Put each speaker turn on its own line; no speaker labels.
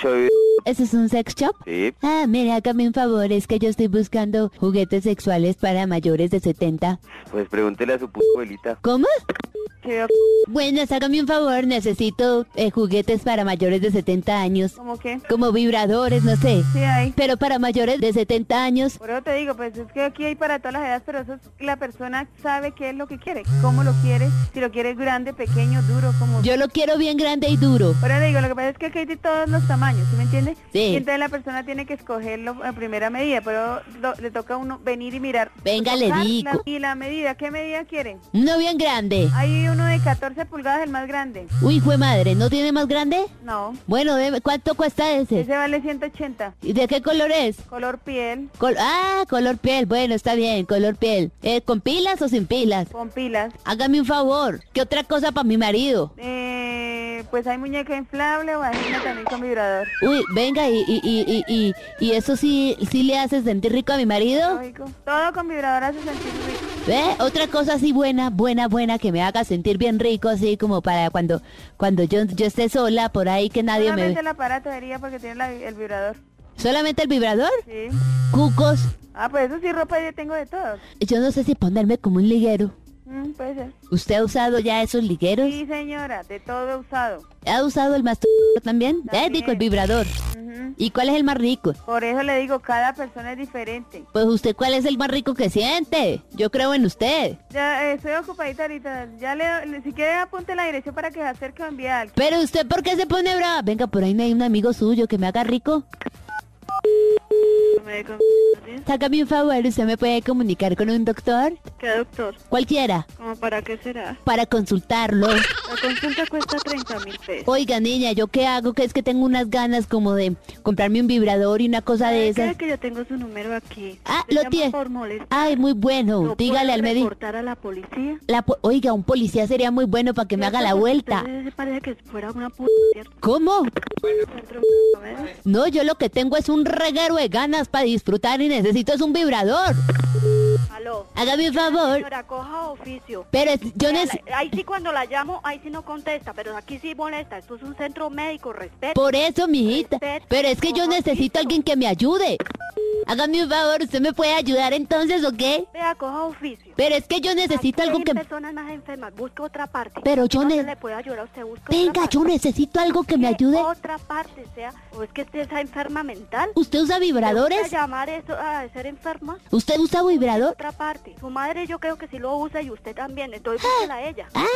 soy...
¿Ese es un sex shop?
Sí,
Ah, mire, hágame un favor, es que yo estoy buscando juguetes sexuales para mayores de 70.
pues pregúntele a su p*** abuelita.
¿Cómo?
¿Qué?
Buenas, hágame un favor, necesito eh, juguetes para mayores de 70 años,
¿Cómo qué?
como vibradores, no sé.
Sí hay.
Pero para mayores de 70 años,
Por eso te digo, pues es que aquí hay para todas las edades, pero eso es, la persona sabe qué es lo que quiere, cómo lo quiere, si lo quiere grande, pequeño, duro, como...
yo lo quiero bien grande y duro.
Por eso te digo, lo que pasa es que aquí hay de todos los tamaños, ¿sí me entiendes?
Sí.
Y entonces la persona tiene que escogerlo a primera medida, pero lo- le toca a uno venir y mirar.
Venga, le
Tocar
digo.
la- y la medida, ¿qué medida quieren?
Uno bien grande.
Hay uno de 14 pulgadas, el más grande.
Uy, fue madre, ¿no tiene más grande?
No,
Bueno, deme- ¿cuánto cuesta ese?
ese vale 180.
¿Y de qué color es?
Color piel,
Col- ah, color piel, bueno, está bien, color piel. Eh, ¿Con pilas o sin pilas?
con pilas.
Hágame un favor, ¿qué otra cosa para mi marido?
Eh, pues hay muñeca inflable o vagina también con vibrador.
Uy, venga, y, y, y, y, y, y eso sí, sí le hace sentir rico a mi marido.
Lógico. Todo con vibrador hace sentir rico.
¿Ve? Otra cosa así buena, buena, buena, que me haga sentir bien rico, así como para cuando, cuando yo, yo esté sola por ahí, que nadie me
Solamente
ve.
el aparato sería porque tiene la- el vibrador.
¿Solamente el vibrador?
Sí.
Cucos.
Ah, pues eso sí, ropa yo tengo de todo.
Yo no sé si ponerme como un liguero.
Mm, puede ser.
¿Usted ha usado ya esos ligueros?
Sí, señora, de todo he usado.
¿Ha usado el mastur también? Eh,
También.
digo, el vibrador.
Ujú.
¿Y cuál es el más rico?
Por eso le digo, cada persona es diferente.
Pues usted, ¿cuál es el más rico que siente? Yo creo en usted.
Ya eh, estoy ocupadita ahorita. Ya le, le- si quiere apunte la dirección para que se acerque o envíe a alguien.
Pero usted, ¿por qué se pone brava? Venga, por ahí no hay un amigo suyo que me haga rico. Hágame un favor, ¿usted me puede comunicar con un doctor?
¿Qué doctor?
Cualquiera,
¿Cómo para qué será?
para consultarlo.
La consulta cuesta 30 mil pesos.
Oiga, niña, ¿yo qué hago? Que es que tengo unas ganas como de comprarme un vibrador y una cosa de esas.
que yo tengo su número aquí?
Ah, lo tiene. Ay, muy bueno. Dígale al médico.
a la policía?
La po- Oiga, un policía sería muy bueno para que me haga la vuelta.
Parece que fuera una puta, ¿cierto?
¿Cómo? No, yo lo que tengo es un reguero de ganas para disfrutar y necesito es un vibrador.
Aló.
Hágame un favor.
Señora, coja oficio.
Pero es- yo
Vea,
necesito...
la- Ahí sí cuando la llamo, ahí sí no contesta, pero aquí sí molesta. Esto es un centro médico, respeto.
Por eso, mijita. Pero es que yo necesito a alguien que me ayude. Hágame un favor, ¿usted me puede ayudar entonces o qué?
Vea, coja oficio.
Pero es que yo necesito
Aquí
algo
hay pues,
que...
personas más enfermas, busca otra parte.
Pero yo
no
ne-
se le puede ayudar a usted, busca otra
Venga,
parte.
yo necesito algo que me
Busque
ayude.
Otra parte, sea, o es que usted está enferma mental.
¿Usted usa
¿Le
vibradores?
gusta llamar eso a ser enferma?
¿Usted usa vibrador?
Otra parte. Su madre yo creo que sí lo usa y usted también, entonces búsquela a ella.
¿Ah?